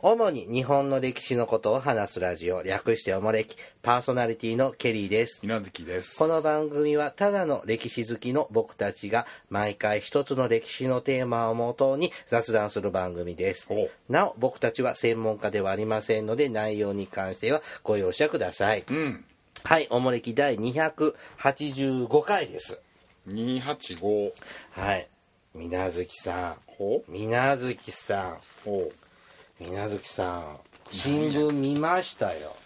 主に日本の歴史のことを話すラジオ略しておもれきパーソナリティのケリーです稲月ですこの番組はただの歴史好きの僕たちが毎回一つの歴史のテーマをもとに雑談する番組ですおなお僕たちは専門家ではありませんので内容に関してはご容赦くださいうんはいおもれき第285回です285はい水無月さほん水無月さんほ水無月さん新聞見ましたよ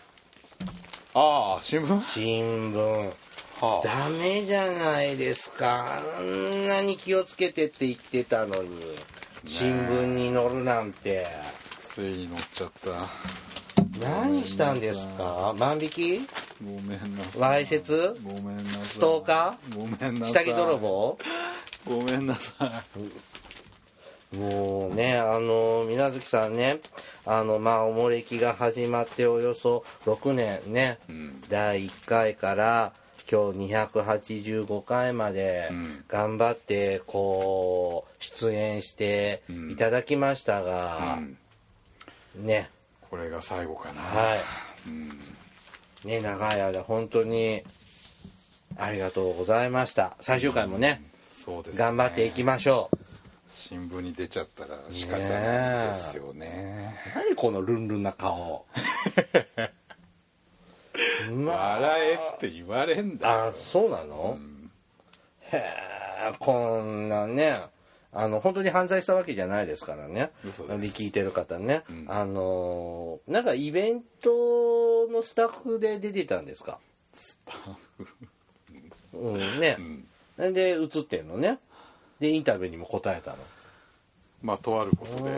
ああ新聞新聞はあダメじゃないですかあんなに気をつけてって言ってたのに新聞に載るなんてついに乗っちゃった何したんですか万引きごめんなさいわいせつごめんなさいストーカーごめんなさ下い着泥棒ごめんなさもうねあの水無月さんねあのまあおもれきが始まっておよそ6年ね、いうん第1回から今日285回までうん頑張ってこう出演していただきましたうが、んねこれが最後かなはうんいね長い間本当にありがとうございました最終回もねそうですね頑張っていきましょう新聞に出ちゃったら仕方ないですよね何このルンルンな顔 まあ笑えって言われんだよあそうなの、へえこんなねあの本当に犯罪したわけじゃないですからね嘘ですで聞いてる方ね、んあのーなんかイベントのスタッフで出てたんですかスタッフうんねう、んで映ってんのねでインタビューにも答えたのまあとあることで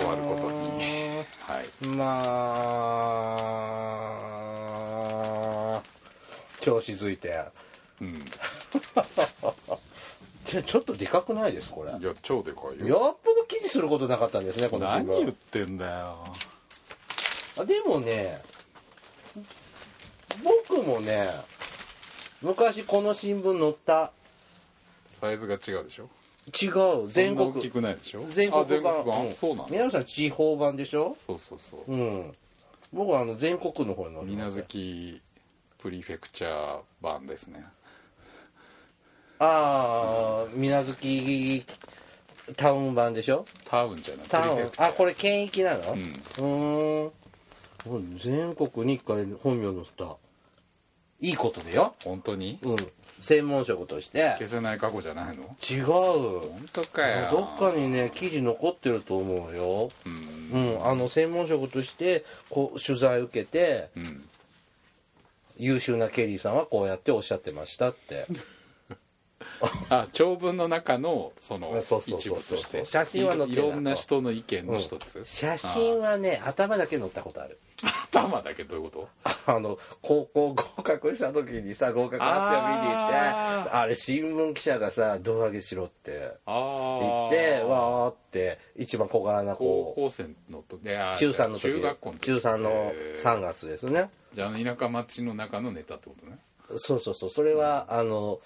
とあることにはいまあ調子づいてうんちょちょっとでかくないですこれいや超でかいよよっぽど記事することなかったんですねこの新何言っ聞てんだよあでもね僕もね昔この新聞載ったサイズが違うでしょ違う全そんな大国きくないでしょ全国あ全版国版、うんそうなんだ皆さん地方版でしょそうそうそううん僕はあの全国の方に載り水ま無す月プリフェクチャー版ですねああ水無月タウン版でしょタウンじゃないタウプンリフェクチャーあこれ県域なのうんうーん全国に一回本名載ったいいことだよ本当にうん専門職として消せない過去じゃないの違う本当かよどっかにね記事残ってると思うようんうんあの専門職としてこう取材受けてうん優秀なケリーさんはこうやっておっしゃってましたってあ長文の中のそのそうそうそう一部として写真は載っていないろんな人の意見の一つ、写真はね頭だけ載ったことある頭だけどういうことあの高校合格した時にさ合格発表見に行ってああれ新聞記者がさ胴上げしろって行ああってわーって一番小柄な高子校生のといや中3の時中学校の時中3の3月ですねじゃああの田舎町の中のネタっ てことねそうそうそうそれは、あの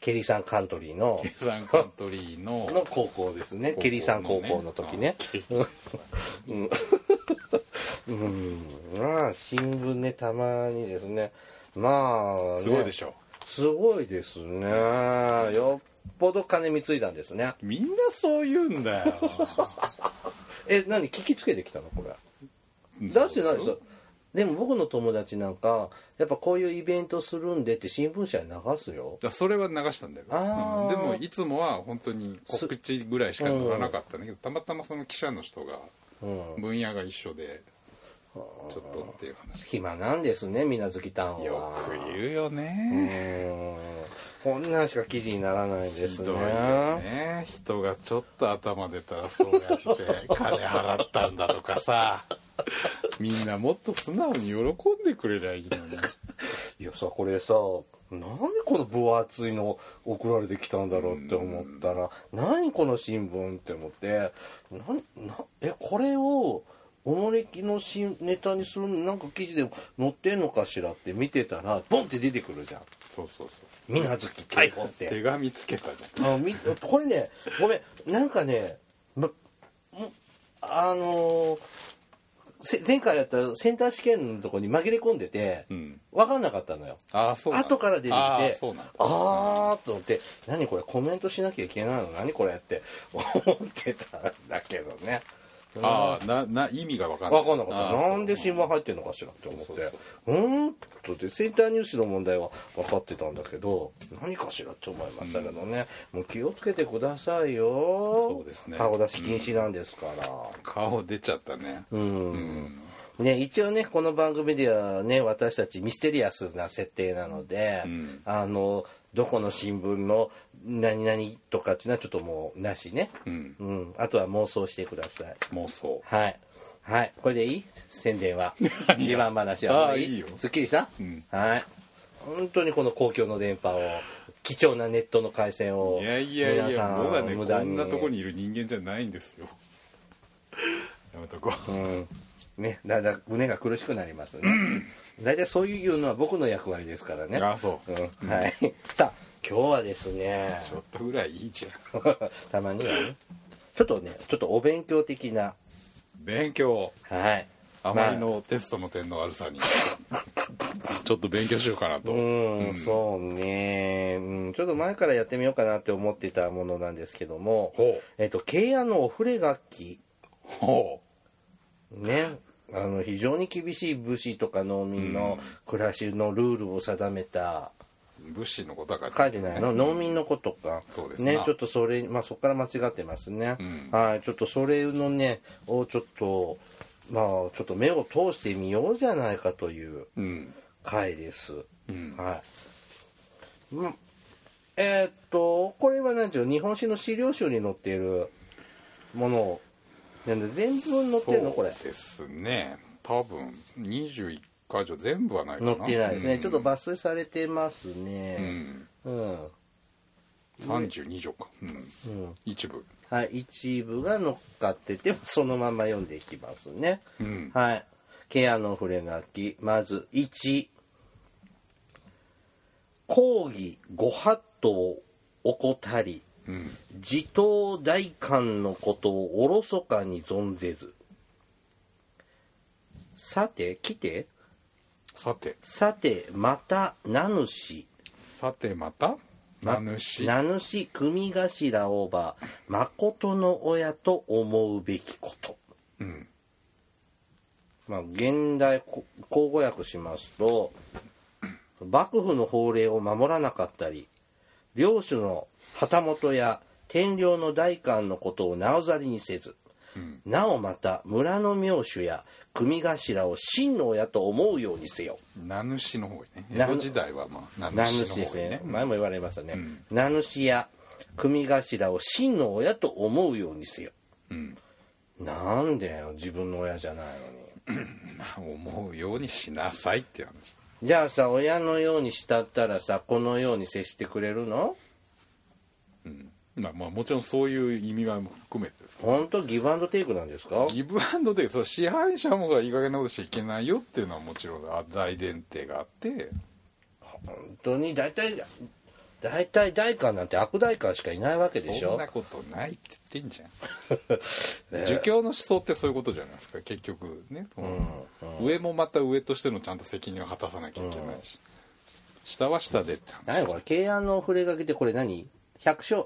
ケリーさんカントリーの計算カントリーのの高校ですね高校のねケリーさん高校の時ねうんまあ新聞ねたまにですねまあ、ね、すごいでしょすごいですねよっぽど金貢いだんですねみんなそう言うんだよえ何聞きつけてきたのこれ出してないですよでも僕の友達なんかやっぱこういうイベントするんでって新聞社に流すよだそれは流したんだよ、あーうんでもいつもは本当に告知ぐらいしか載らなかったんだけどたまたまその記者の人がうん分野が一緒でちょっとっていう話暇なんですね水月タウンはよく言うようねーんこんなんしか記事にならないでひすどいねよね人がちょっと頭出たらそうやって 金払ったんだとかさみんなもっと素直に喜んでくれりゃいいのにいやさこれさなんでこの分厚いの送られてきたんだろうって思ったら何この新聞って思ってなんなえこれをおもれきの新ネタにするのなんか記事でも載ってんのかしらって見てたらボンって出てくるじゃんそうそうそ「水無月逮捕」っう手て紙つけたじゃんあみこれねごめんなんかね、ま、もあのーせ前回やったらセンター試験のとこに紛れ込んでて、うん分かんなかったのよああそうなんだ後から出てきてああそうなんだあーと思って「何これコメントしなきゃいけないの何これ」って思ってたんだけどねああなな意味が分かんない分かんなかったああなんで新聞そう入ってんのかしらって思ってそううそうーんとでセンターニュースの問題は分かってたんだけど何かしらって思いましたけどね、もう気をつけてくださいよそうですね顔出し禁止なんですから顔出ちゃったねうん、ね、一応ねこの番組ではね私たちミステリアスな設定なので、うんあのどこの新聞の何々とかっていうのはちょっともうなしね、うんうん、あとは妄想してください妄想はい。はい。これでいい宣伝 は。自慢話は。あーもういいよすっきりした、うんはい。本当にこの公共の電波を、貴重なネットの回線を、いやいやい皆やさん僕はねこ無駄に。んなとこにいる人間じゃないんですよやめとこううん。ね、だんだん胸が苦しくなりますね。大体そういうのは僕の役割ですからね。あそううん。はい。 さあ、今日はですね、 ちょっとぐらいいいじゃんたまにはね、ちょっとね、ちょっとお勉強的な、勉強はい。あまりのテストの点の悪さに ちょっと勉強しようかなとうん、そうね、うん、ちょっと前からやってみようかなって思ってたものなんですけどもほう、えっと、ケイアのお触れ楽器、ほね、あの非常に厳しい武士とか農民の暮らしのルールを定めた、う物資のことは書いてないの、農民のことか、そうですなね、ちょっとそれ、まあ、そこから間違ってますね、うんはい、ちょっとそれのね、をちょっと、まあ、ちょっと目を通してみようじゃないかという。うん回です。うんはい。うんえーっとこれは何ていうの日本史の資料集に載っているものをなんで全文載ってるのこれそうですね多分21箇条全部はないか載なってないですね、うんちょっと抜粋されてますうねんうん、 32条かうんうん一部はい一部が乗っかっててそのまま読んでいきますね、うんはいケアの触れ書きまず1講義ご法度を怠りうん自頭大官のことをおろそかに存ぜずさて来てさてさてまた名主さてまたま名主名主組頭をば誠の親と思うべきことうんまあ現代こ口語訳しますと幕府の法令を守らなかったり領主の旗本や天領の代官のことをなおざりにせずうんなおまた村の名主や組頭を真の親と思うようにせよ。名主の方がね江名戸時代はまあ名名主主ので方すがいいねね。前も言われましたねん。名主や組頭を真の親と思うようにせよ。うんなんだよ、自分の親じゃないのに。まあ思うようにしなさいって話じゃあさ、親のように慕ったらさ、このように接してくれるのまあまあもちろんそういう意味合いも含めてですけど本当ギブアンドテイクなんですかギブアンドでその支配者もそれはいい加減なことしちゃいけないよっていうのはもちろんあ大前提があって本当に大体、大体代官なんて悪代官しかいないわけでしそんょなことないって言ってんじゃ ん儒教の思想ってそういうことじゃないですか結局ねその上もまた上としてのちゃんと責任を果たさなきゃいけないし、下は下でって話何これ慶安の触れがけってこれ何百姓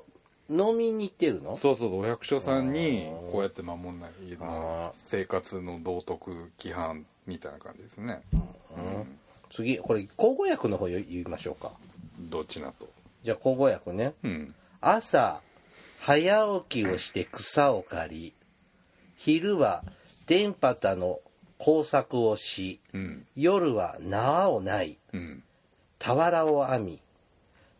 農民に行ってるのそうそうお百姓さんにこうやって守んないあー生活の道徳規範みたいな感じですね次これ口語訳の方言いましょうかどっちなとじゃあ口語訳ねうん朝早起きをして草を刈り昼は電波たの工作をしうん夜は縄をないうん俵を編み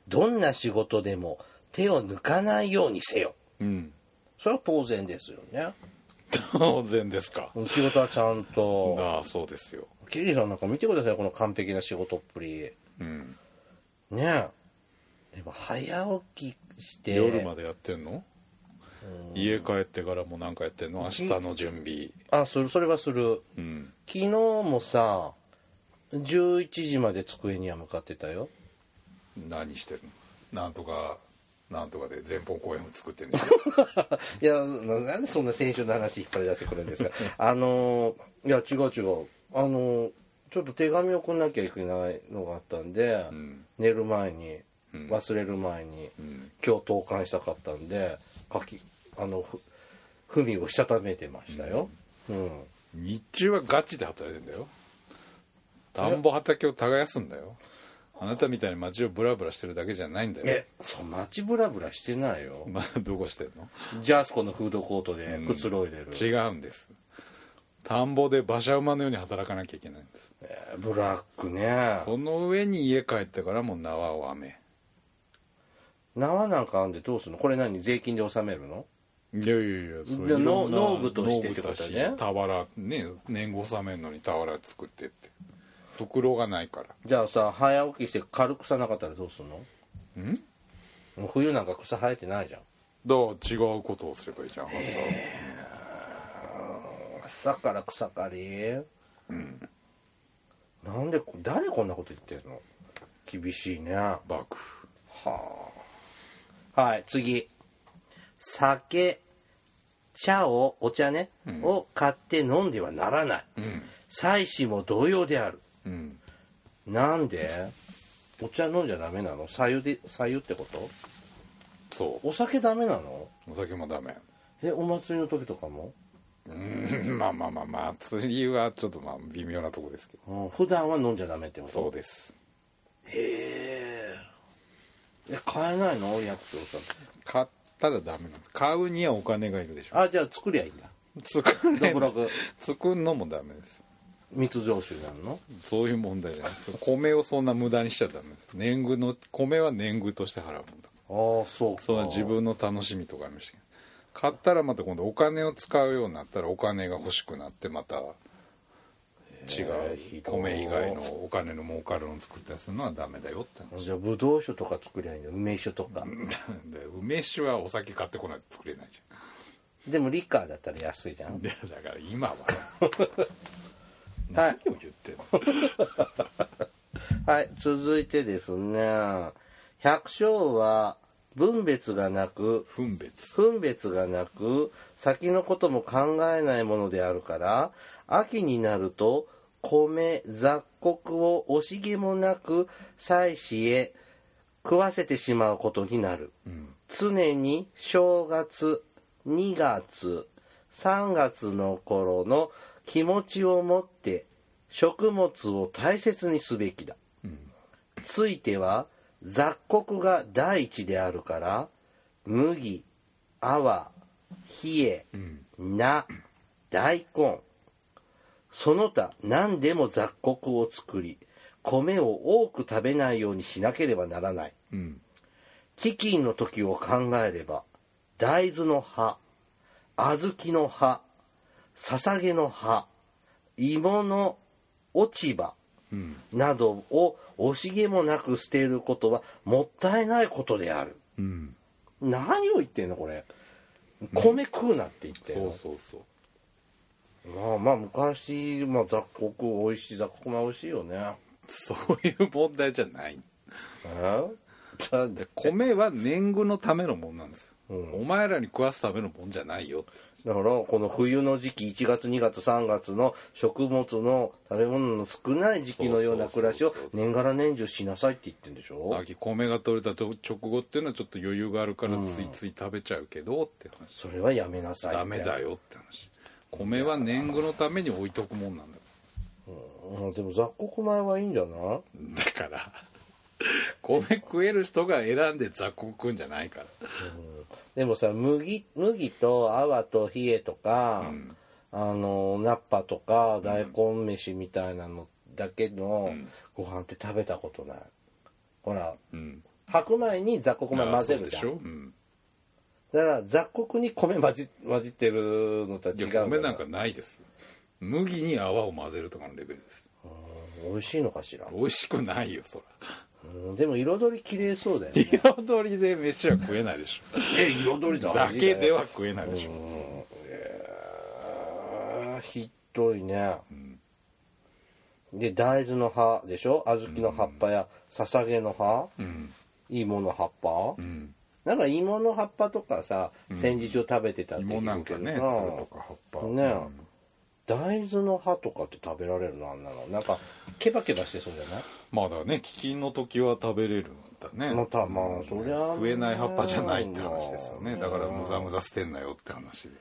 どんな仕事でも手を抜かないようにせようんそれは当然ですよね当然ですか仕事はちゃんとああそうですよキリさんなんか見てくださいこの完璧な仕事っぷりうんねえでも早起きして夜までやってんの家帰ってからもなんかやってんの明日の準備あそれそれはするうん昨日もさ11時まで机には向かってたよ 何してるのなんとかなんとかで前方後円を作ってん ですよいやななんでそんな先週の話引っ張り出してくるん ですかあのーいや違う違うあのーちょっと手紙を送んなきゃいけないのがあったんで、ん寝る前にうん忘れる前に、ん今日投函したかったんで書きあのふ文をしたためてましたよ、うん日中はガチで働いてんだよ田んぼ畑を耕すんだよあなたみたいに街をブラブラしてるだけじゃないんだよえそう街ブラブラしてないよ、まあどこしてんのジャスコのフードコートでくつろいでる、違うんです田んぼで馬車馬のように働かなきゃいけないんですえーブラックねその上に家帰ってからも縄を編め縄なんかあんでどうするのこれ何税金で納めるのいやいやいやそれじゃあいろんな農農具としてってことだね農具として俵ね年号納めるのに俵作ってって袋がないからじゃあさ早起きして軽くさなかったらどうするのんもう冬なんか草生えてないじゃんだから違うことをすればいいじゃん、朝から草刈りなんで誰こんなこと言ってんの厳しいねはバクい次酒茶をお茶ね、を買って飲んではならない、妻子も同様であるうんなんでお茶飲んじゃダメなの白湯で白湯ってことそお酒ダメなのうお酒もダメ えお祭りの時とかも、うんまあまあまあまあ祭りはちょっとまあ微妙なとこですけどうん、普段は飲んじゃダメってことそうですへええ買えないの薬草さん買ったらダメなんです買うにはお金がいるでしょあじゃあ作りゃいい んだ作れ独楽作るのもダメです密造酒な のそういう問題じゃないです米をそんな無駄にしちゃダメです年貢の米は年貢として払うもんだああそうかそんな自分の楽しみとかありましたけど買ったらまた今度お金を使うようになったらお金が欲しくなってまた違えーひうどい米以外のお金の儲かるのを作ったりするのはダメだ よって話じゃあブドウ酒とか作りゃいいんだ梅酒とか、で梅酒はお酒買ってこないと作れないじでもリカーだったら安いじゃゃんんでだから今はは何いを言ってんのはい続いてですね百姓は分別がなく分別分別がなく先のことも考えないものであるから秋になると米雑穀を惜しげもなく妻子へ食わせてしまうことになる、常に正月2月3月の頃の気持ちを持って食物を大切にすべきだついては雑穀が第一であるから麦泡冷え菜大根その他何でも雑穀を作り米を多く食べないようにしなければならないうん飢饉の時を考えれば大豆の葉小豆の葉捧げの葉芋の落ち葉うんなどを惜しげもなく捨てることはもったいないことであるうん何を言ってんのこれ米食うなって言ってんそうの、そうそうまあまあ昔、まあ、雑穀美味しい雑穀も美味しいよねそういう問題じゃないえ なんでで米は年貢のためのもんなんですうよ、んお前らに食わすためのもんじゃないよってだからこの冬の時期1月2月3月の食物の食べ物の少ない時期のような暮らしをそうそうそうそう年がら年中しなさいって言ってんでしょ秋米が取れた直後っていうのはちょっと余裕があるからついつい食べちゃうけどって話、それはやめなさいってダメだよって話米は年貢のために置いとくもんなんだうんでも雑穀米はいいんじゃないだから米食える人が選んで雑穀食うんじゃないからでもさ麦麦と泡と冷えとか、あの菜っぱとか大根飯みたいなのだけのご飯って食べたことない、ほらうん白米に雑穀米混ぜるじゃそうんでしょ、うん、だから雑穀に米混じ混じってるのとは違いうや米らなんかないです麦に泡を混ぜるとかのレベルですうん美味しいのかしら、美味しくないよそら うんでも彩り綺麗そうだよ、ね、彩りで飯は食えないでしょえ彩りだけでは食えないでしょ、あーひどいね、で大豆の葉でしょ小豆の葉っぱやささげの葉、うん芋の葉っぱ、うんなんか芋の葉っぱとかさ戦時中食べてたって芋言なうんけかどねつるとか葉っぱねうん大豆の葉とかって食べられるのあんなのなんかケバケバしてそうじゃないまあだからね飢饉の時は食べれるんだねまたまあそりゃ植えない葉っぱじゃないって話ですよねだからうんむざむざ捨てんなよって話で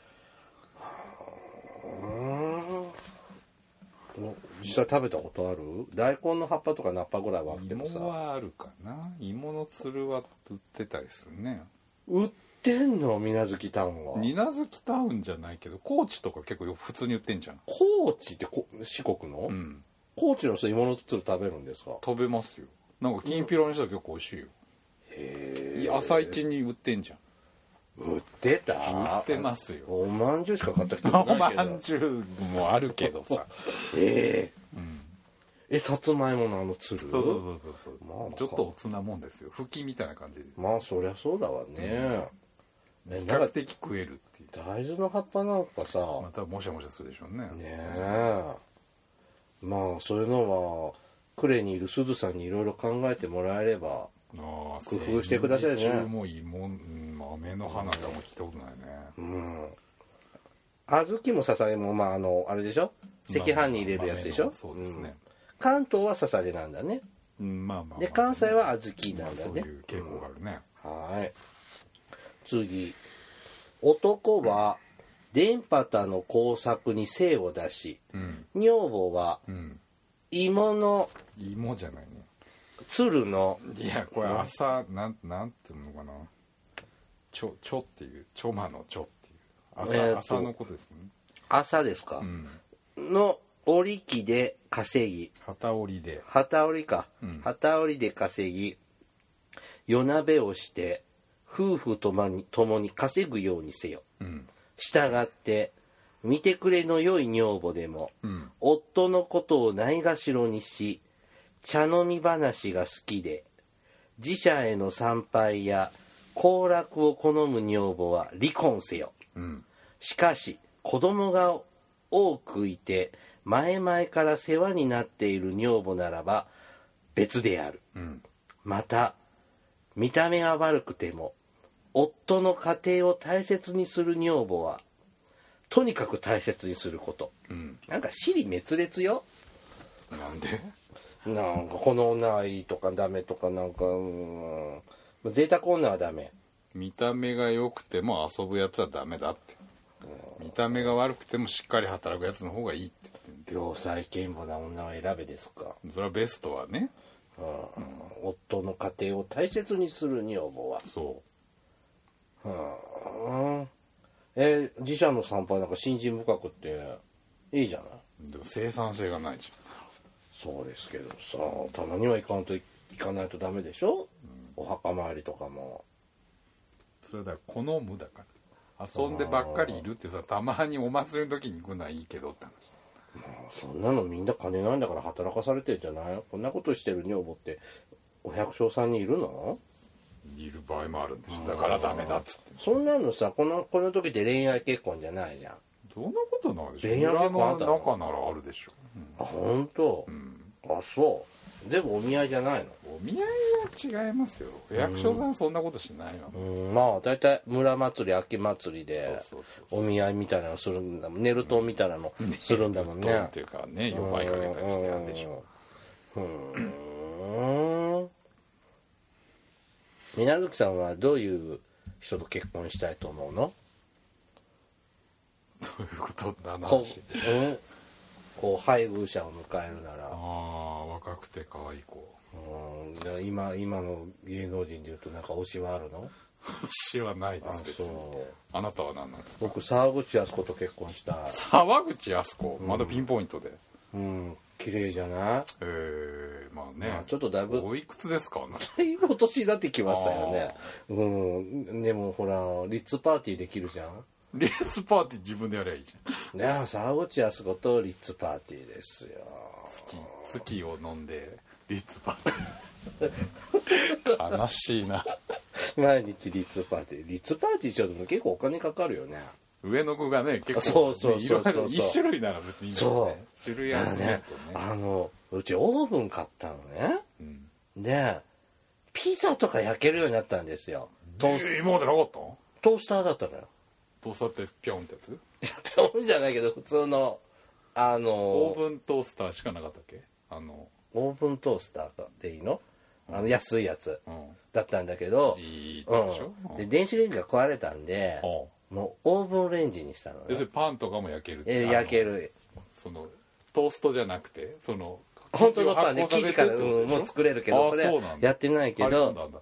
お実際食べたことある大根の葉っぱとか菜っぱぐらいはあっても芋さはあるかな芋のつるは売ってたりするね売ってんの水無月タウンは稲月タウンじゃないけど高知とか結構よ普通に売ってんじゃん高知ってこ四国の、うん高知の人芋のつる食べるんですか食べますよなんかきんぴらにしたら結構美味しいよへ朝一に売ってんじゃん売ってた売ってますよおまんじゅうしか買った人 おなまいけどんじゅうもあるけどさえええさつまいものあのつるそうそうそうそうそう、まあちょっとおつなもんですよふきみたいな感じでまあそりゃそうだわね、え比な較んか的食えるっていう大豆の葉っぱなんかさ、またもしゃもしゃするでしょうねねえまあそういうのは呉にいるすずさんにいろいろ考えてもらえればああ工夫してくださいね戦時中も芋うん豆の花がもう聞いたことないねうん小豆もささげもまああのあれでしょ赤飯に入れるやつでしょ、まあそうですんね、関東はささげなんだねうん、まあまあまあで関西は小豆なんだそうねいう傾向があるね、はい次男は電波たの工作に精を出しうん女房はうん芋の芋じゃないね鶴のいやこれ朝なんなんていうのかなちょちょっていうちょまのちょっていう朝,、えーと朝のことですね朝ですか、うんの織り機で稼ぎ旗織りで旗織りか、うん旗織りで稼ぎ夜鍋をして夫婦ともに共に稼ぐようにせようん従って見てくれの良い女房でも、うん夫のことをないがしろにし茶飲み話が好きで自社への参拝や行楽を好む女房は離婚せようんしかし子供が多くいて前々から世話になっている女房ならば別であるうんまた見た目が悪くても夫の家庭を大切にする女房はとにかく大切にすることうんなんか尻滅裂よなんでなんかこの女はいいとかダメとかなんかうーん贅沢女はダメ見た目が良くても遊ぶやつはダメだって見た目が悪くてもしっかり働くやつの方がいいって言ってんだ良妻賢母な女を選べですかそれはベストはね夫の家庭を大切にする女房はそうんえー自社の参拝なんか信心深くっていいじゃないうでも生産性がないじそうですけどさたまには行かんとい行かないとダメでしょ、お墓参りとかもゃんそれはだから好むだから遊んでばっかりいるってさたまにお祭りの時に行くのはいいけどって話そんなのみんな金ないんだから働かされてんじゃないこんなことしてる女房ってお百姓さんにいるのいる場合もあるんでしょだからダメだっつってそんなのさこのこの時で恋愛結婚じゃないじゃんそんなことないでしょ恋愛村結構あんのだろ中ならあるでしょ、あ本当、あそうでもお見合いじゃないのうんお見合いは違いますよ役所さんはそんなことしないの、うんまあ大体村祭り秋祭りでそうそうそうお見合いみたいなのするんだもん寝るとみたいなのするんだもんどうっねていうかね弱いかけたりしてやんでしょうん皆月さんはどういう人と結婚したいと思うのどういうことだなこ話う,、うん、こう配偶者を迎えるならああ若くて可愛い子うんじゃあ今今の芸能人でいうとなんか推しはあるの知はないであす別にそうあなたは何なんですか僕沢口靖子と結婚したい沢口靖子まだピンポイントで、うん綺麗じゃないええまあね、まあちょっとだいぶおいくつですかあの人だいぶお年になってきましたよねうんでもほらリッツパーティーできるじゃんレースパーティー自分でやりゃいいじゃんねえ沢口靖子とリッツパーティーですよ月月を飲んでリッツパーティー悲しいな 毎日リッツパーティーリッツパーティーしようとも結構お金かかるよね上の子がね結構そうそうそうそうねいろいろ一種類なら別にいいんだけど、ね、そう種類あるあのねねとね、あのうちオーブン買ったのねうん、でピザとか焼けるようになったんですよトーえスー今までなかったどトースターだったのよ うさってピョンってやついやペロンじゃないけど普通のあのオーオーブントースターしかなかったっけあのブントースターでいいのあの安いやつうんだったんだけど、じうーってでしょ、ん、うでん電子レンジが壊れたんでうんもうオーブンレンジにしたの要するねにパンとかも焼けるえーあの焼けるそのトーストじゃなくてその本当のパンね生生地地かをら、発酵させてってことでしょうんもう作れるけどあそれそうなんだやってないけあれなんだどなんだ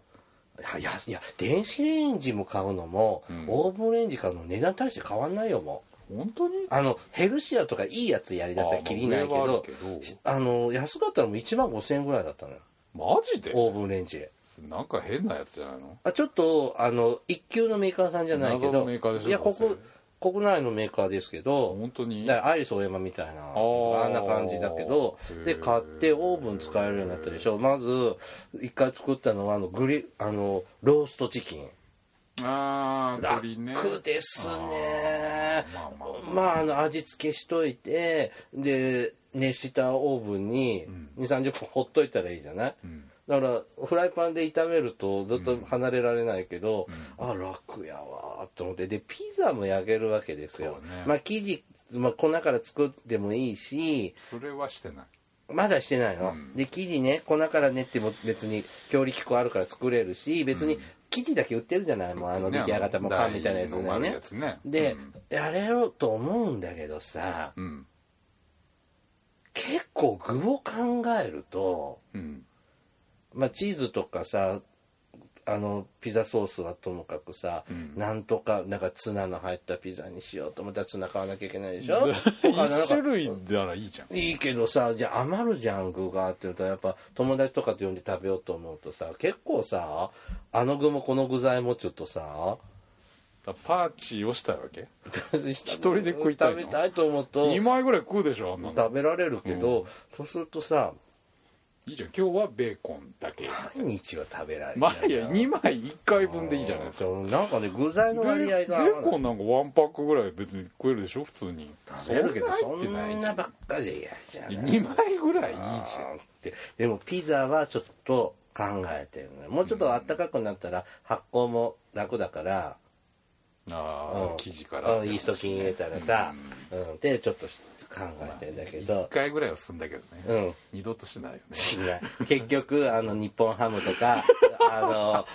いやいや電子レンジも買うのも、うんオーブンレンジ買うのも値段大して変わんないよもう本当にあのヘルシアとかいいやつやりだしたらきりないけあーまあど上はあるけどあの安かったのも1万5000円ぐらいだったのよマジでオーブンレンジなんか変なやつじゃないのあちょっとあの一級のメーカーさんじゃないけ謎どのメーカーでしょいやこどうこ国内のメーカーですけど本当にだからアイリスオーヤマみたいなーあんな感じだけどでへー買ってオーブン使えるようになったでしょまず一回作ったのはあのグリあのローストチキンああ楽鳥ねですねあーまあまあまああの味付けしといてで熱したオーブンに2 3 0分ほっといたらいいじゃない、んだからフライパンで炒めるとずっと離れられないけど、あ楽やわーと思ってでピザも焼けるわけですよ、そうねまあ生地、まあ、粉から作ってもいいしそれはしてないまだしてないの、で生地ね粉から練っても別に強力粉あるから作れるし別に生地だけ売ってるじゃない、もうあの出来上がったもうパンみたいなやつだねあよの台の丸いねやつねで、やれようと思うんだけどさうんうん結構具を考えると、うんまあ、チーズとかさあのピザソースはともかくさ、なんとかなんかツナの入ったピザにしようと思ったらツナ買わなきゃいけないでしょ他一な 種んか類ならいいじゃんいいけどさじゃあ余るじゃん具がって言うとやっぱ友達とかと呼んで食べようと思うとさ結構さあの具もこの具材もちょっとさだからパーチーをしたいわけ一人で食いたいの食べたいと思うと2枚ぐらい食うでしょあんなの食べられるけど、そうするとさいいじゃん今日はベーコンだけ毎日は食べられまあいやや2枚1回分でいいじゃないですかそうなんかね具材の割合ベが合ーわなコいンなんかワンパックぐらい別に食えるでしょ普通に食べるけどそんな入ってんないなばっかじゃ嫌じゃんじゃん2枚ぐらいいいじゃんってでもピザはちょっと考えてるねもうちょっと暖かくなったら発酵も楽だから、ああ生地かうらんイースト菌入れたらさ、うん、でちょっと考えてんだけど1、回ぐらいは済んだけどうねん二度としないよねしない結局あの日本ハムと かあのあ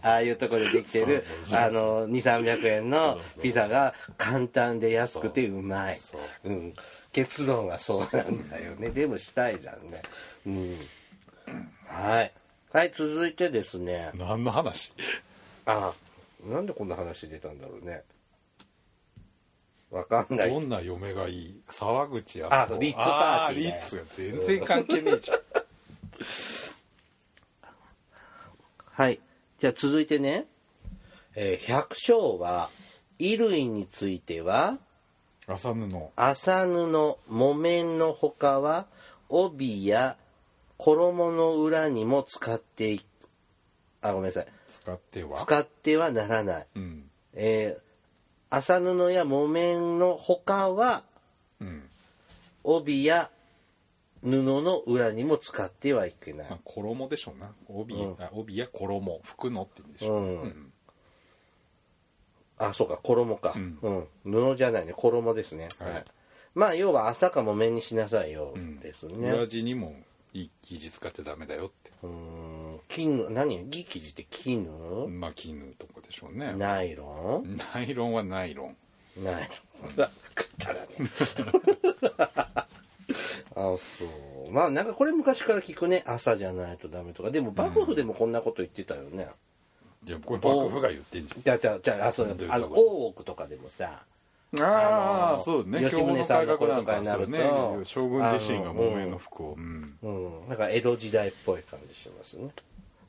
ああいうとこでできてるあの2300円のピザが簡単で安くてうまい、そうん、結論はそうなんだよねでもしたいじゃんねうんはいはい続いてですね何の話あなんでこんな話出たんだろうねわかんないどんな嫁がいい沢口康あリッツパーティーあリねッツが全然関係ねえじゃんはい。じゃあ続いてね。えー百姓は、衣類については、浅布の麻布、木綿のほかは、帯や衣の裏にも使ってい、あ、ごめんなさい。使っては使ってはならない。うんえー、麻布や木綿のほかは、うん帯や布の裏にも使ってはいけなまあい。衣でしょうな帯,、あ帯や衣服のって言うんでしうょん。あ、そうか、衣か。うんうん。布じゃないね、衣ですね。はいはい。まあ、要は朝かも面にしなさいよ、ですね。裏地にもいい生地使っちゃダメだよってうーん。絹、何いい生地って絹、まあ絹とかでしょうねナイロンナイロンはナイロンナイロン。 食ったらね。 あ、そう。まあ、なんかこれ昔から聞くね。朝じゃないとダメとか。でも、幕府でもこんなこと言ってたよね。いやこれ幕府が言ってんじじゃあ、じゃあ、じゃあ、あそうどういうあことの、大奥とかでもさ。ゃんああのあそうね吉今日宗のさん改の革頃なんとかかにでなするよとね将軍自身が木綿の服をうんうん、なんか江戸時代っぽい感じしますね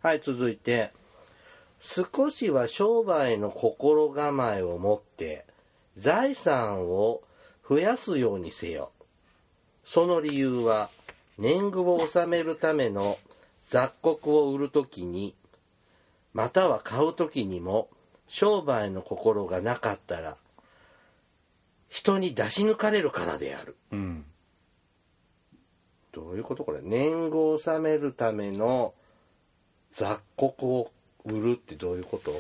はい続いて少しは商売の心構えを持って財産を増やすようにせよその理由は年貢を納めるための雑穀を売るときにまたは買うときにも商売の心がなかったら人に出し抜かれるからであるうんどういうことこれ年貢を納めるための雑穀を売るってどういうこと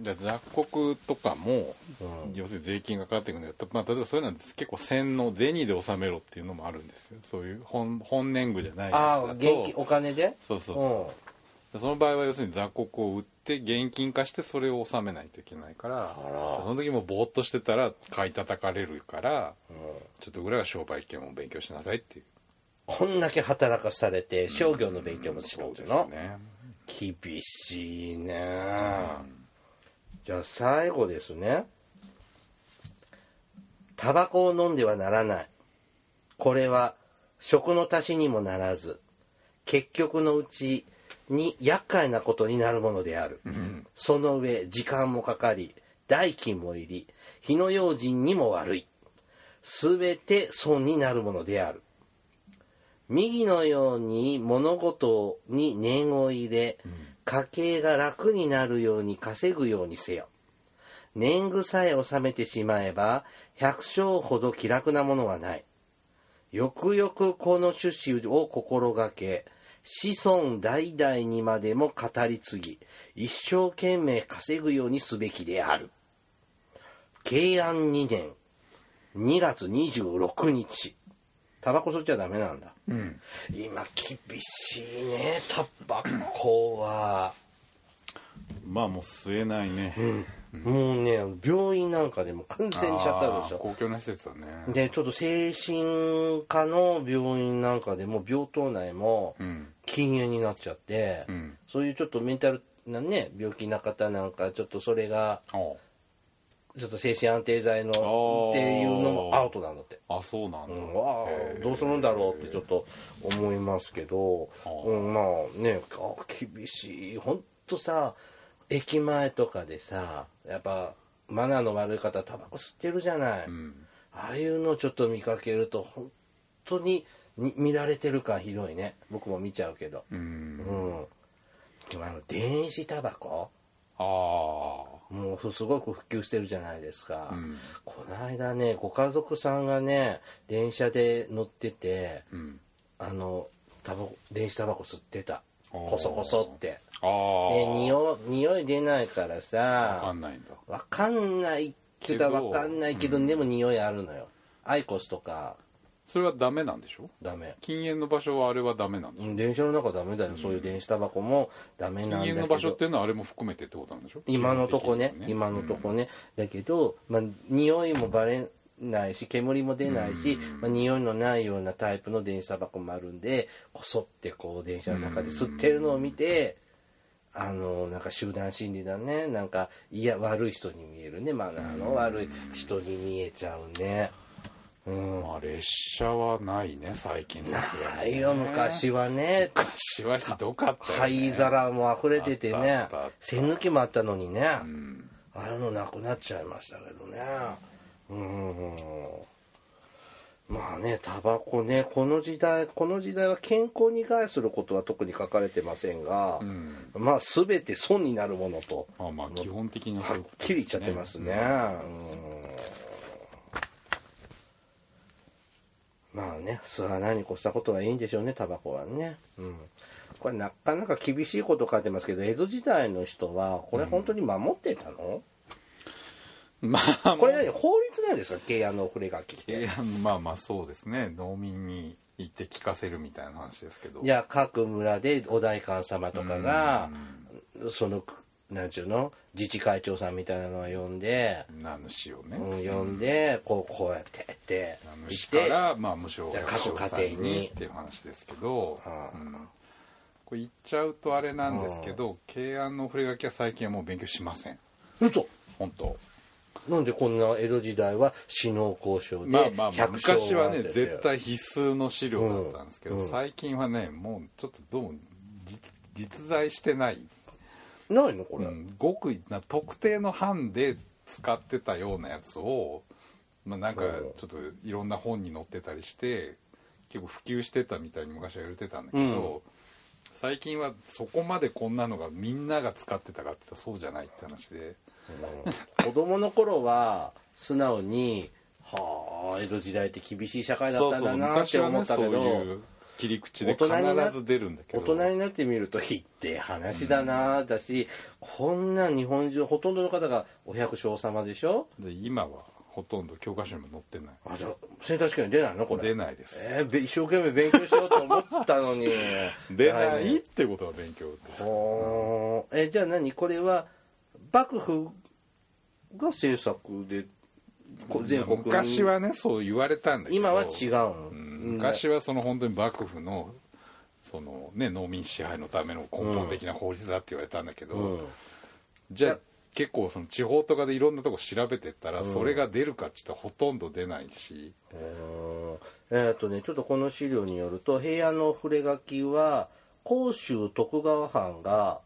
じゃあ雑穀とかも、うん要するに税金がかかってくるんだけどまあ、例えばそういうのは結構洗脳銭で納めろっていうのもあるんですよそういう本本年貢じゃないああやつだ現金とお金でそうそうそうでその場合は要するに雑穀を売って現金化してそれを納めないといけないからあらその時もぼーっとしてたら買い叩かれるからうんうんちょっとぐらいは商売権を勉強しなさいっていうこんだけ働かされて商業の勉強もしろってな、ね厳しいね、じゃあ最後ですねタバコを飲んではならないこれは食の足しにもならず結局のうちに厄介なことになるものである、その上時間もかかり代金もいり火の用心にも悪い全て損になるものである右のように物事に念を入れ、家計が楽になるように稼ぐようにせよ。年貢さえ納めてしまえば、百姓ほど気楽なものはない。よくよくこの趣旨を心がけ、子孫代々にまでも語り継ぎ、一生懸命稼ぐようにすべきである。慶安2年2月26日。タバコ吸っちゃダメなんだ。うん今厳しいねタバコは、まあもう吸えないね、もうね病院なんかでも完全にシャッターアウトでしあーょ公共の施設だねでちょっと精神科の病院なんかでも病棟内もうん禁煙になっちゃって、うんそういうちょっとメンタルなね病気な方なんかちょっとそれがおうちょっと精神安定剤のってーいうのもアウトなんだって。あそうなんだ、うんわあへーどうするんだろうってちょっと思いますけど、あーうん、まあねあ厳しい本当さ駅前とかでさやっぱマナーの悪い方タバコ吸ってるじゃない、うんああいうのちょっと見かけると本当にに見られてる感ひどいね僕も見ちゃうけどううんん、でもあの電子タバコあもうすごく普及してるじゃないですか、あうんこの間ねご家族さんがね電車で乗っててうんあのタバコ電子タバコ吸ってたおーコソコソってああで匂い匂い出ないからわかさんないんだわかんないって言ったらけどわかんないけど、うんでも匂いあるのよアイコスとかそれはダメなんでしょダメ禁煙の場所はあれはダメなんうだん電車の中ダメだよ、そういう電子タバコもダメなん禁だけ煙どの場所っていうのはあれも含めてってことなんでしょ今のとこね今のとこね、だけど、まあ、匂いもバレないし煙も出ないし、まあ、匂いのないようなタイプの電車箱もあるんでこそってこう電車の中で吸ってるのを見て、あのなんか集団心理だねなんかいや悪い人に見えるねマナーの悪い人に見えちゃうね。うん、まあ列車はないね最近さすがにねないよ昔はね 昔はひどかったよ、ね、灰皿も溢れててあねったあった栓抜きもあったのにね、うんあれもなくなっちゃいましたけどねうんまあねタバコねこの時代この時代は健康に害することは特に書かれてませんが、うんまあ全て損になるものとまあまあ基本的にははそっういうことですきり言っちゃってますねうんまあね吸わないに越したことはいいんでしょうねタバコはね、うん、これなかなか厳しいこと書いてますけど江戸時代の人はこれ本当に守ってたの、まあこれ何法律なんですか慶安の触れ書きってえーまあまあそうですね農民に行って聞かせるみたいな話ですけどじゃあ各村でお代官様とかがそのなんちゅうの自治会長さんみたいなのを呼んで、名主をね、うん、呼んでこうこうやってって言名っ主かてらまあ無償じゃあ各家さん庭ににっていう話ですけど、ああうんこれ言っちゃうとあれなんですけど慶安の触れ書きは最近はもう勉強しません嘘本当なんでこんな江戸時代は死の交渉でまあまあまあ百姓昔はねなんて絶対必須の資料だったんですけど、うんうん最近はねもうちょっとどうもじ実在してない、ないのこれ、うん、ごくな特定の班で使ってたようなやつを、まあ、なんかうんちょっといろんな本に載ってたりして結構普及してたみたいに昔は言われてたんだけど、最近はそこまでこんなのがみんなが使ってたかって言ったらそうじゃないって話で。子供の頃は素直にはあ江戸時代って厳しい社会だったんだなって思ったけどそうそう昔はねそういう切り口で必ず出るんだけ大ど人になってみるとひって話だなだし、こんな日本中ほとんどの方がお百姓様でしょで今はほとんど教科書にも載ってないあじゃあ選択試験に出ないのこれ出ないですえーべ一生懸命勉強しようと思ったのに 出な来いっ年てことは勉強ですほーえじゃあ何これは幕府が政策でこ全国に昔はねそう言われたんだけど今は違うの、うん昔はその本当に幕府のそのね農民支配のための根本的な法律だって言われたんだけど、うんじゃあ結構その地方とかでいろんなとこ調べてったらそれが出るかって言ったらほとんど出ないし、うんえっ、とねちょっとこの資料によると平安の触れ書きは甲州徳川藩が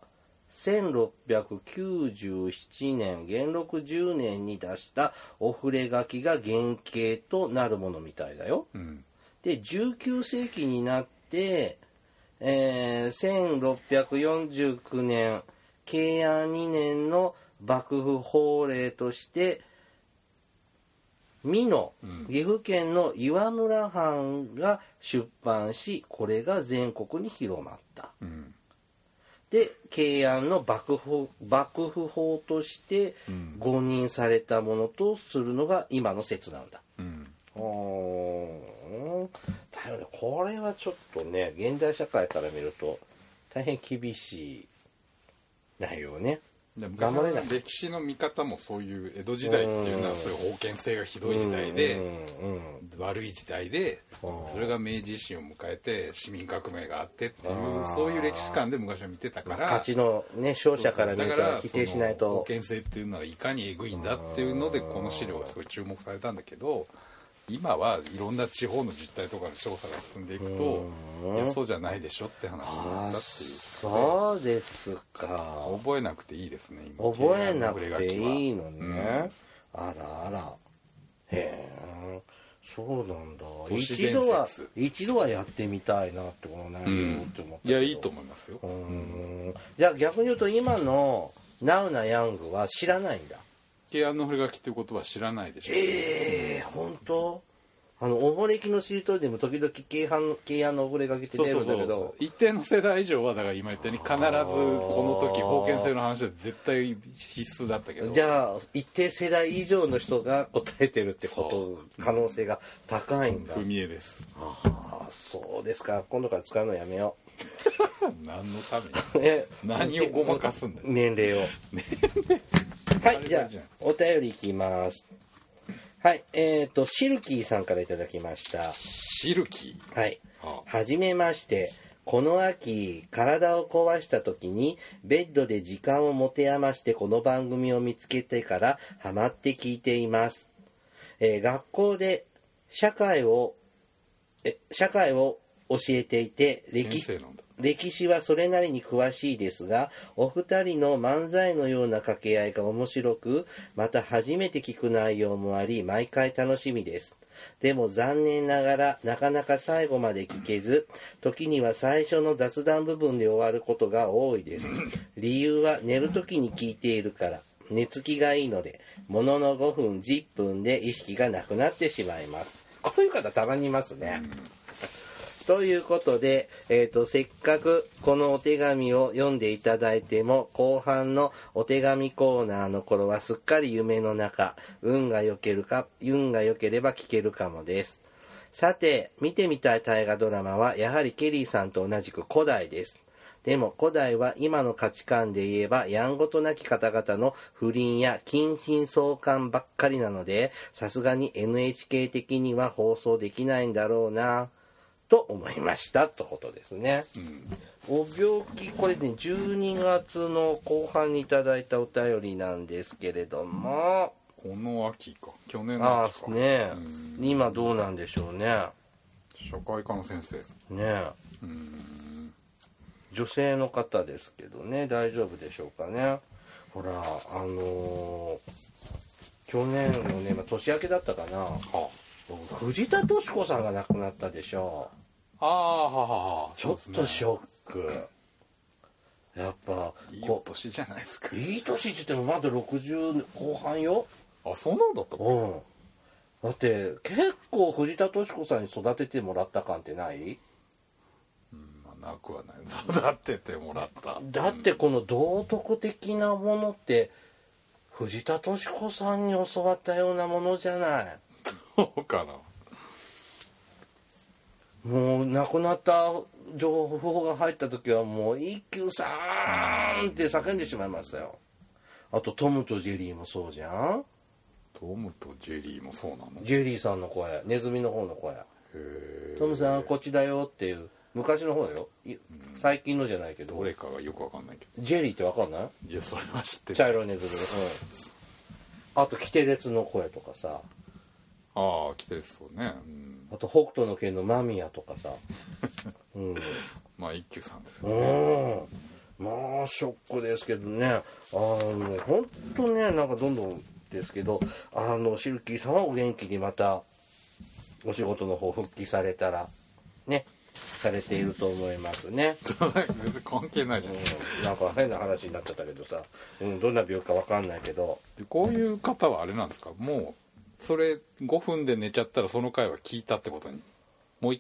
1697年元禄10年に出したお触れ書きが原型となるものみたいだよ。うんで19世紀になって、えー1649年慶安2年の幕府法令として美濃、岐阜県の岩村藩が出版しこれが全国に広まった。うんで慶安の幕府幕府法として誤認されたものとするのが今の説なんだ。うんうんだよねこれはちょっとね現代社会から見ると大変厳しい内容ねで頑張れない昔の歴史の見方もそういう江戸時代っていうのはそういう封建性がひどい時代で、うんうん悪い時代でうんそれが明治維新を迎えて市民革命があってっていあうーそういう歴史観で昔は見てたから勝ちのね勝者から見だるかとら否定しないそのと封建性っていうのはいかにえぐいんだっていうのでこの資料がすごい注目されたんだけど今はいろんな地方の実態とかの調査が進んでいくとうんいやそうじゃないでしょって話になあっあたっていうそうですか覚えなくていいですね今覚えなく経営ての触れ書きはいいのうんね、あらあらへえそうなんだ都市一伝説度は一度はやってみたいなってこの内容って思ったけど、いやいいと思いますようーんじゃあ逆に言うと今のナウなヤングは知らないんだ提案の触れ書きっていうことは知らないでしょええ本当あの溺れきのしりとりでも時々軽犯軽案の溺れかけてそう出そうるんだけそうど一定の世代以上はだから今言ったように必ずこの時封建制の話は絶対必須だったけどじゃあ一定世代以上の人が答えてるってこと可能性が高いんだ踏み絵ですああそうですか今度から使うのやめよ何のためうに え何をごまかすんだよ年 齢をはいじゃあお便りいきますはいえっ、とシルキーさんからいただきましたシルキはいあ。はじめまして。この秋、体を壊した時に、ベッドで時間を持て余してこの番組を見つけてから、ハマって聞いています。えー学校で、社会を、え社会を教えていて、ー歴先生なんだ歴史はそれなりに詳しいですがお二人の漫才のような掛け合いが面白くまた初めて聞く内容もあり毎回楽しみですでも残念ながらなかなか最後まで聞けず時には最初の雑談部分で終わることが多いです理由は寝る時に聞いているから寝つきがいいのでものの5分10分で意識がなくなってしまいますこういう方たまにいますね、ということで、えー、とせっかくこのお手紙を読んでいただいても後半のお手紙コーナーの頃はすっかり夢の中運が良けるか運が良ければ聞けるかもですさて見てみたい大河ドラマはやはりケリーさんと同じく古代ですでも古代は今の価値観で言えばやんごとなき方々の不倫や近親相関ばっかりなのでさすがに NHK 的には放送できないんだろうなと思いましたとことですね、お病気これね12月の後半にいただいたお便りなんですけれどもこの秋か去年のあ秋あか、ねうん今どうなんでしょうね社会科の先生ねえうん女性の方ですけどね大丈夫でしょうかねほらあのー去年のね、まあ、年明けだったかなは藤田敏子さんが亡くなったでしょあああはははちょっとショック、やっぱいいおこ年じゃないですかいい年って言ってもまだ60後半よあそんなのだったのうんだって結構藤田敏子さんに育ててもらった感ってないなくはないだっててもらっただってこの道徳的なものって藤田敏子さんに教わったようなものじゃないそうかなもう亡くなった情報が入った時はもう「一休さん!」って叫んでしまいましたよあと「トムとジェリー」もそうじゃんトムとジェリーもそうなのへジェリーさんの声ネズミの方の声えトムさんこっちだよっていう昔の方だよい最近のじゃないけどどれかがよくわかんないけジェリーってわかんないどいやそれは知って茶る色いネズミ、うん、あと「キテレツの声」とかさああ来てるそうね、うん、あと「北斗の拳」の間宮とかさうんまあ一休さんですようんまあショックですけどねあの本当ねなんかどんどんですけどあのシルキーさんはお元気にまたお仕事の方復帰されたらねされていると思いますね、 全然関係ないじゃんうん、なんか変な話になっちゃったけどさ、うん、どんな病気かわかんないけどでこういう方はあれなんですかもうそれ5分で寝ちゃったらその回は聞いたってことにもう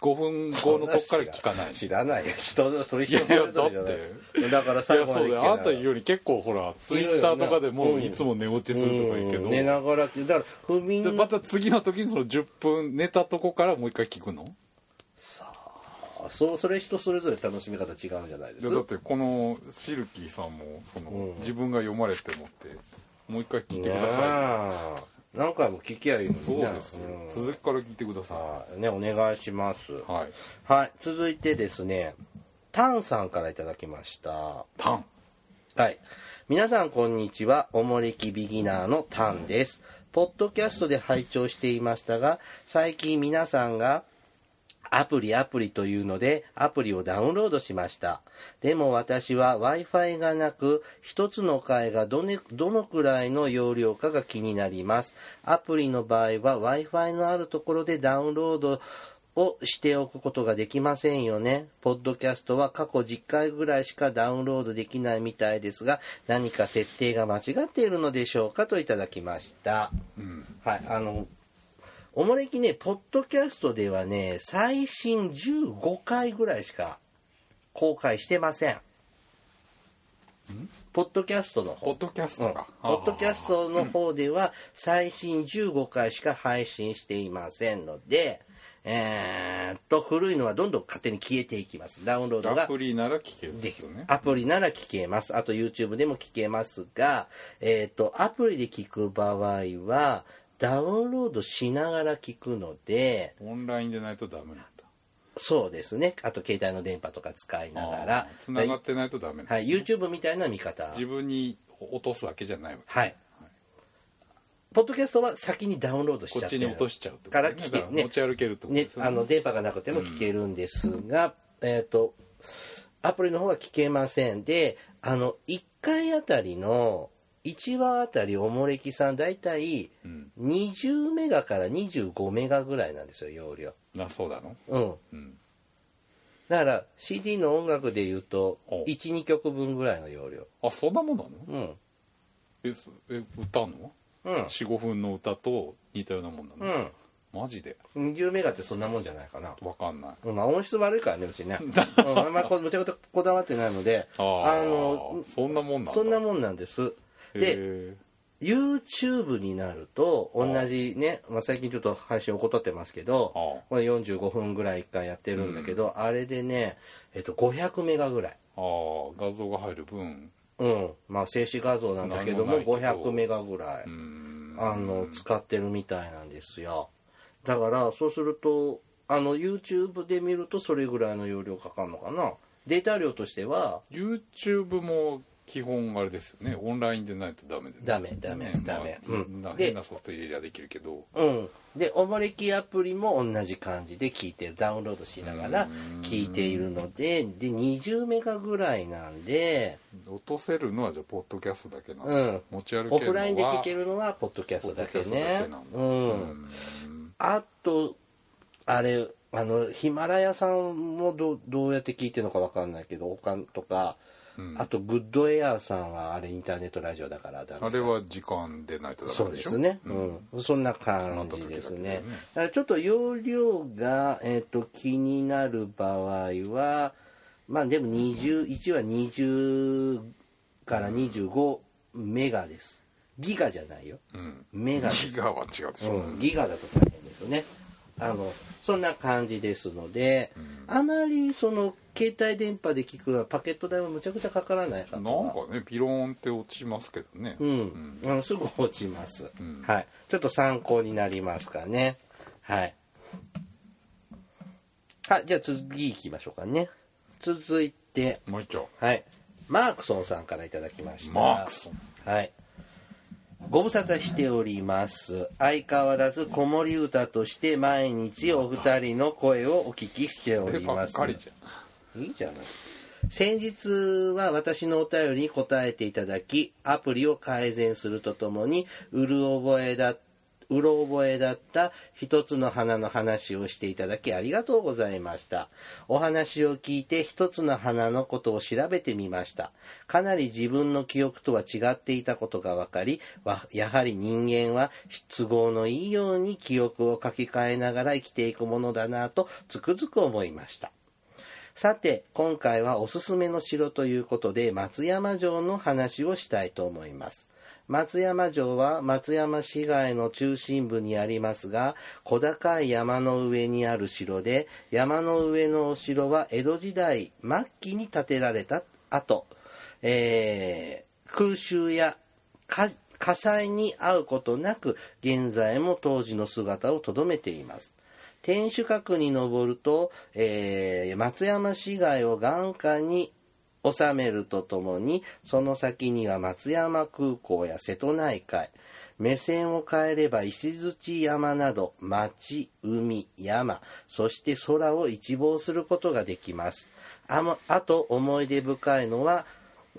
5分後のとこから聞かない知しらないよ人それ人そいやれいやぞれだっじゃないだからい最や後まそうで聞だよけあなたより結構ほらツイッターとかでもうんいつも寝落ちするとか言うけうどん寝ながらだから不眠でまた次の時にその10分寝たとこからもう一回聞くのあそうそれ人それぞれ楽しみ方違うんじゃないでですだってこのシルキーさんもその、うん自分が読まれてもってもう一回聞いてくねださえ何回も聞きゃいいのいにそうねですよ、うん続きから聞いてくださはいねお願いしますいはいはい続いてですねタンさんからいただきましたタンはい。皆さんこんにちは。おもれきビギナーのタンです。ポッドキャストで拝聴していましたが、最近皆さんがアプリアプリというのでアプリをダウンロードしました。でも私は Wi-Fi がなく、一つの回がど,、ね、どのくらいの容量かが気になります。アプリの場合は Wi-Fi のあるところでダウンロードをしておくことができませんよね。ポッドキャストは過去10回ぐらいしかダウンロードできないみたいですが、何か設定が間違っているのでしょうかといただきました。はい、あの、おもれきね、ポッドキャストではね、最新15回ぐらいしか公開してません。ポッドキャストの方ポッ。ドキャスうトんか、ポッドキャストの方では最新15回しか配信していませんので、えーっと、古いのはどんどん勝手に消えていきます。ダウンロードアがプリなら聞けるんでですよねアプリなら聞けます。あと YouTube でも聞けますが、えっ、と、アプリで聞く場合は、ダウンロードしながら聞くので、オンラインでないとダメなんだそうですね。あと携帯の電波とか使いながら、つながってないとダメなんだはい、YouTube みたいな見方。自分に落とすわけじゃないわけはい。ポッドキャストは先にダウンロードしこちゃっってちるに落としちゃうってからね聞だけからね持ち歩けるってことねですよあの電波がなくても聞けるんですが、えっ、とアプリの方は聞けませんであの1回あたりの1話あたりおもれきさん大体うん20メガから25メガぐらいなんですよ容量なそうなのうんうんだから CD の音楽で言うとお12曲分ぐらいの容量あそんなもんなのうんえそえ歌うのうん45分の歌と似たようなもんなの、うんマジで20メガってそんなもんじゃないかなわかんないうんまあ、音質悪いからねうち ね、うん、あんまりこうむちゃくちゃこだわってないのであーのそんなもんなんだそんなもんなんですでへ YouTube になると同じね、まあ、最近ちょっと配信怠ってますけどあーこれ45分ぐらい1回やってるんだけど、あれでね、えっと、500メガぐらい、ーああ画像が入る分うんまあ、静止画像なんだけどもなんもないけど500メガぐらい、うーんあの使ってるみたいなんですよだからそうするとあの YouTube で見るとそれぐらいの容量かかるのかなデータ量としては YouTube も基本あれですよねオンラインでないとダメで、ね、ダメダメねダメまあうんなで変なソフト入れりゃできるけどうん、でおもれきアプリも同じ感じで聞いてるダウンロードしながら聞いているのでで20メガぐらいなんで、落とせるのはじゃあポッドキャストだけなの、うん、持ち歩オけフるのはラインで聞けるのはポッドキャストだけポッドキャストだねけなんだうんあとあれあのヒマラヤさんもどうどうやって聞いてるのかわかんないけど他とかうんあとグッドエアーさんはあれインターネットラジオだからだあれは時間でないとダメそうででしょすね、うんうん、そんな感じですねなった時だけどねだからちょっと容量が、えっと気になる場合はまあでも21は20から25メガですギガじゃないようんメガですギガは違うでしょ、うん、ギガだと大変ですねあのそんな感じですので、あまりその携帯電波で聞くはパケット代はむちゃくちゃかからないかなとんはかねピローンって落ちますけどねうん、あのすぐ落ちます、んはいちょっと参考になりますかねはいはいじゃあ次行きましょうかね続いてもう一丁はいマークソンさんからいただきましたマークソンはい。ご無沙汰しております。相変わらず子守歌として毎日お二人の声をお聞きしてこおれりばまっす。かりじゃんいいじゃない。先日は私のお便りに答えていただき、アプリを改善するとともに、うる覚えだ、うろ覚えだった一つの花の話をしていただきありがとうございました。お話を聞いて一つの花のことを調べてみました。かなり自分の記憶とは違っていたことが分かり、わやはり人間は都合のいいように記憶を書き換えながら生きていくものだなぁとつくづく思いました。さて、今回はおすすめの城ということで、松山城の話をしたいと思います。松山城は松山市街の中心部にありますが、小高い山の上にある城で、山の上のお城は江戸時代末期に建てられた後、えー空襲や火火災に遭うことなく、現在も当時の姿を留めています。天守閣に登ると、えー松山市街を眼下に収めるとともにその先には松山空港や瀬戸内海目線を変えれば石鎚山など町海山そして空を一望することができますあもあと思い出深いのは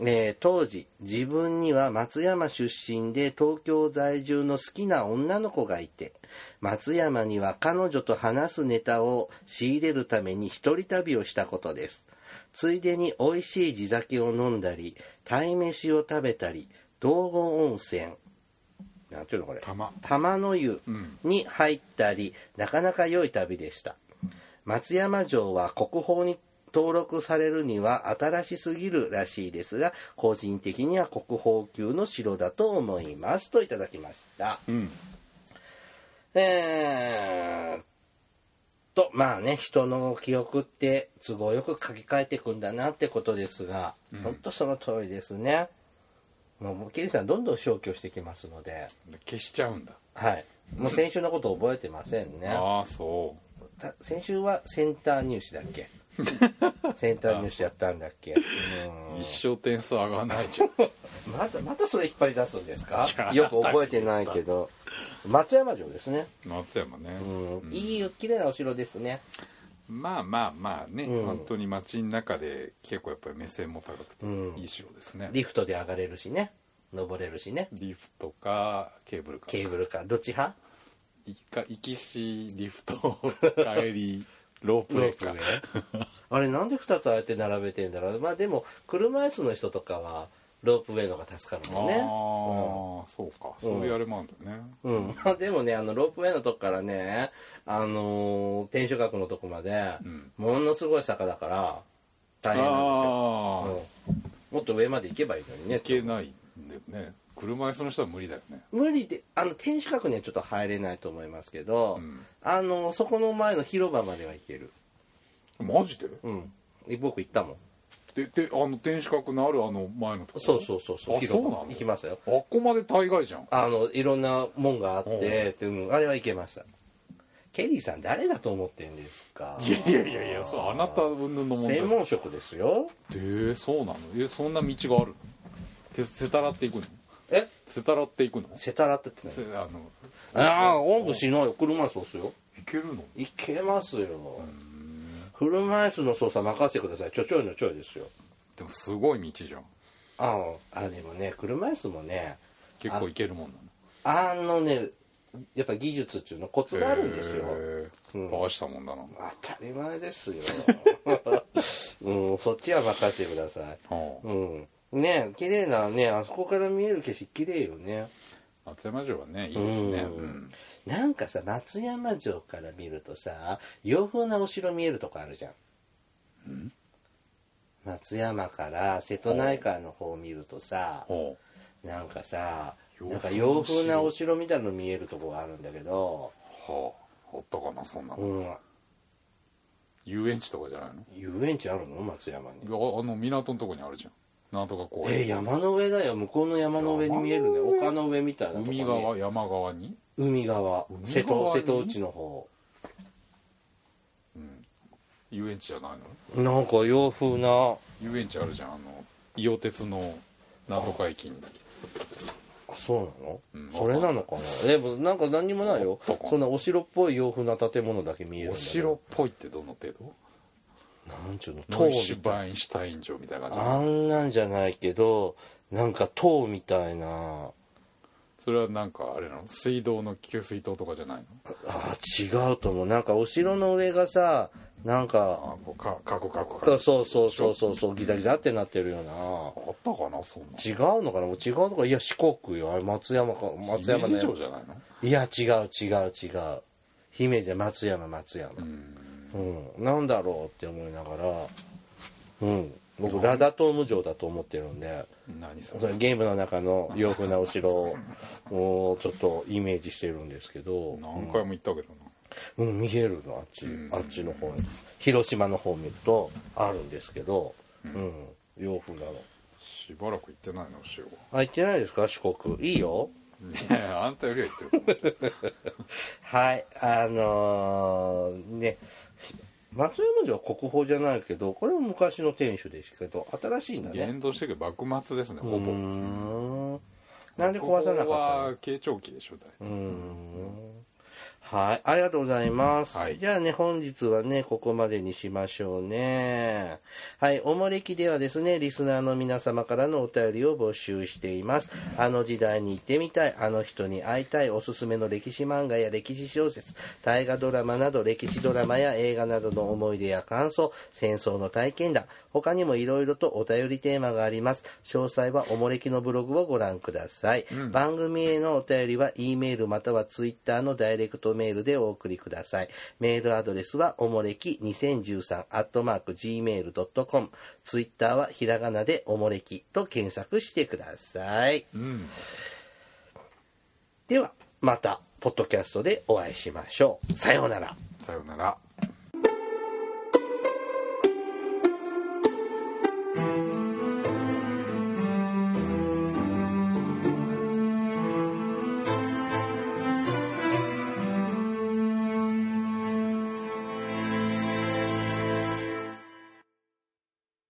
えー当時自分には松山出身で東京在住の好きな女の子がいて松山には彼女と話すネタを仕入れるために一人旅をしたことですついでに美味しい地酒を飲んだり鯛めしを食べたり道後温泉なんていうのこれ玉玉の湯に入ったり、なかなか良い旅でした松山城は国宝に登録されるには新しすぎるらしいですが個人的には国宝級の城だと思いますといただきましたうんえーっとまあね人の記憶って都合よく書き換えていくんだなってことですが、ほんとその通りですねもう桐生さんどんどん消去してきますので消しちゃうんだはい。もう先週のこと覚えてませんね。ああそた先週はセンター入試だっ けセンター入試やったんだっけう一生点数上がらないじゃんうんまた、またそれ引っ張り出すんですかいやよく覚えてないけど。松山城ですね。松山ねうん。いい、綺麗なお城ですね。まあまあまあね、うん本当に街の中で結構やっぱり目線も高くてうんいい城ですね、リフトで上がれるしね。登れるしね。リフトかケーブルかケーブルカー。どっち派行か行きしリフト帰りロープウェイか ロープウ ェイあれなんで2つあえて並べてんだろう。まあでも、車椅子の人とかは、ロープウェイの方が助かるああ、もんね。うんそうかそういうあれもあるんだね、うん、まあ でもねあのロープウェイのとこからね、あのー天守閣のとこまで、んものすごい坂だからあ大変なんですよ、あー、うんもっと上まで行けばいいのにね行けないんだよね車椅子の人は無理だよね無理であの天守閣にはちょっと入れないと思いますけど、んあのそこの前の広場までは行けるマジでうん僕行ったもんでであの天守閣のあるあの前のとこそうそうそうそうあそうなの行きましたよあっこまで大概じゃんあのいろんなもんがあっおうてって、うんあれは行けましたケリーさん誰だと思ってんですかいやいやいやいやそうあなた云々の問題専門職ですよでそうなのえそんな道があるのてせたらっていくのえせたらっていくのセタラってってせあのああ、おんぶしないよ。車椅子押すよ。行けるのいけますよ。車椅子の操作任せてください。ちょちょいのちょいですよ。でもすごい道じゃんああ、あでもね、車椅子もね、結構行けるもんあなののね、やっぱ技術っていうのコツがあるんですよ。へうーんバカしたもんだな 当たり前ですよ。ううん、そっちは任せてください。はあうん。ね綺麗なね、あそこから見える景色綺麗よね。松山城はねいいですねうんうんなんかさ、松山城から見るとさ、洋風なお城見えるとこあるじゃん。松山から瀬戸内海の方を見るとさ、ほなんかさ、洋風のなんか洋風なお城みたいなの見えるとこがあるんだけどう、はああったかなそんなうのん、遊園地とかじゃないの遊園地あるの松山に。いやあの港のとこにあるじゃんなんとか公え園ー山の上だよ。向こうの山の上に見えるね。山の上丘の上みたいなとこに。海側山側に海側海側に瀬戸瀬戸内の方遊園地じゃないのなんか洋風な遊園地あるじゃんあの伊予鉄のなんとか駅にあそうなの、うんそれなのかなでもなんか何にもないよあったかそんなお城っぽい洋風な建物だけ見えるんおだ城っぽいってどの程度なんちゅうのノ塔イシみュたいバインシュタイン城みたいな感じあんなんじゃないけどなんか塔みたいなそれはなんかあれなの水道の給水塔とかじゃないのあ違うと思うなんかお城の上がさなんかあこうか過去過去過そうそ去うそうそうそうギザギザってなってるよなあったかなそんな違うのかなもう違うのかいや四国よあれ松山か松山姫の路城じゃないのいや違う違う違う姫じゃ松山松山うんうん、なんだろうって思いながらうん僕ラダトーム城だと思ってるんで何そそれれゲームの中の洋風なお城を もうちょっとイメージしてるんですけど何回も行ったけどなうん見えるのあっちうんあっちの方に広島の方見るとあるんですけどうん洋風なのしばらく行ってないの 塩あ行ってないですか四国いいよねえあんたよりは行ってると思うはいあのーね松山城は国宝じゃないけどこれも昔の天守ですけど新しいんだね言動してくる幕末ですねほぼうーんなんで壊さなここかっは慶長期でしょ大た体のうーんはいありがとうございます、はいじゃあね本日はねここまでにしましょうねはいおもれきではですねリスナーの皆様からのお便りを募集していますあの時代に行ってみたいあの人に会いたいおすすめの歴史漫画や歴史小説大河ドラマなど歴史ドラマや映画などの思い出や感想戦争の体験談他にもいろいろとお便りテーマがあります詳細はおもれきのブログをご覧ください、番組へのお便りは E メールまたは Twitter のダイレクトメールでお送りくださいメールアドレスはおもれき2013アットマーク Gmail.com ツイッターはひらがなでおもれきと検索してくださいうんではまたポッドキャストでお会いしましょうさようならさよなら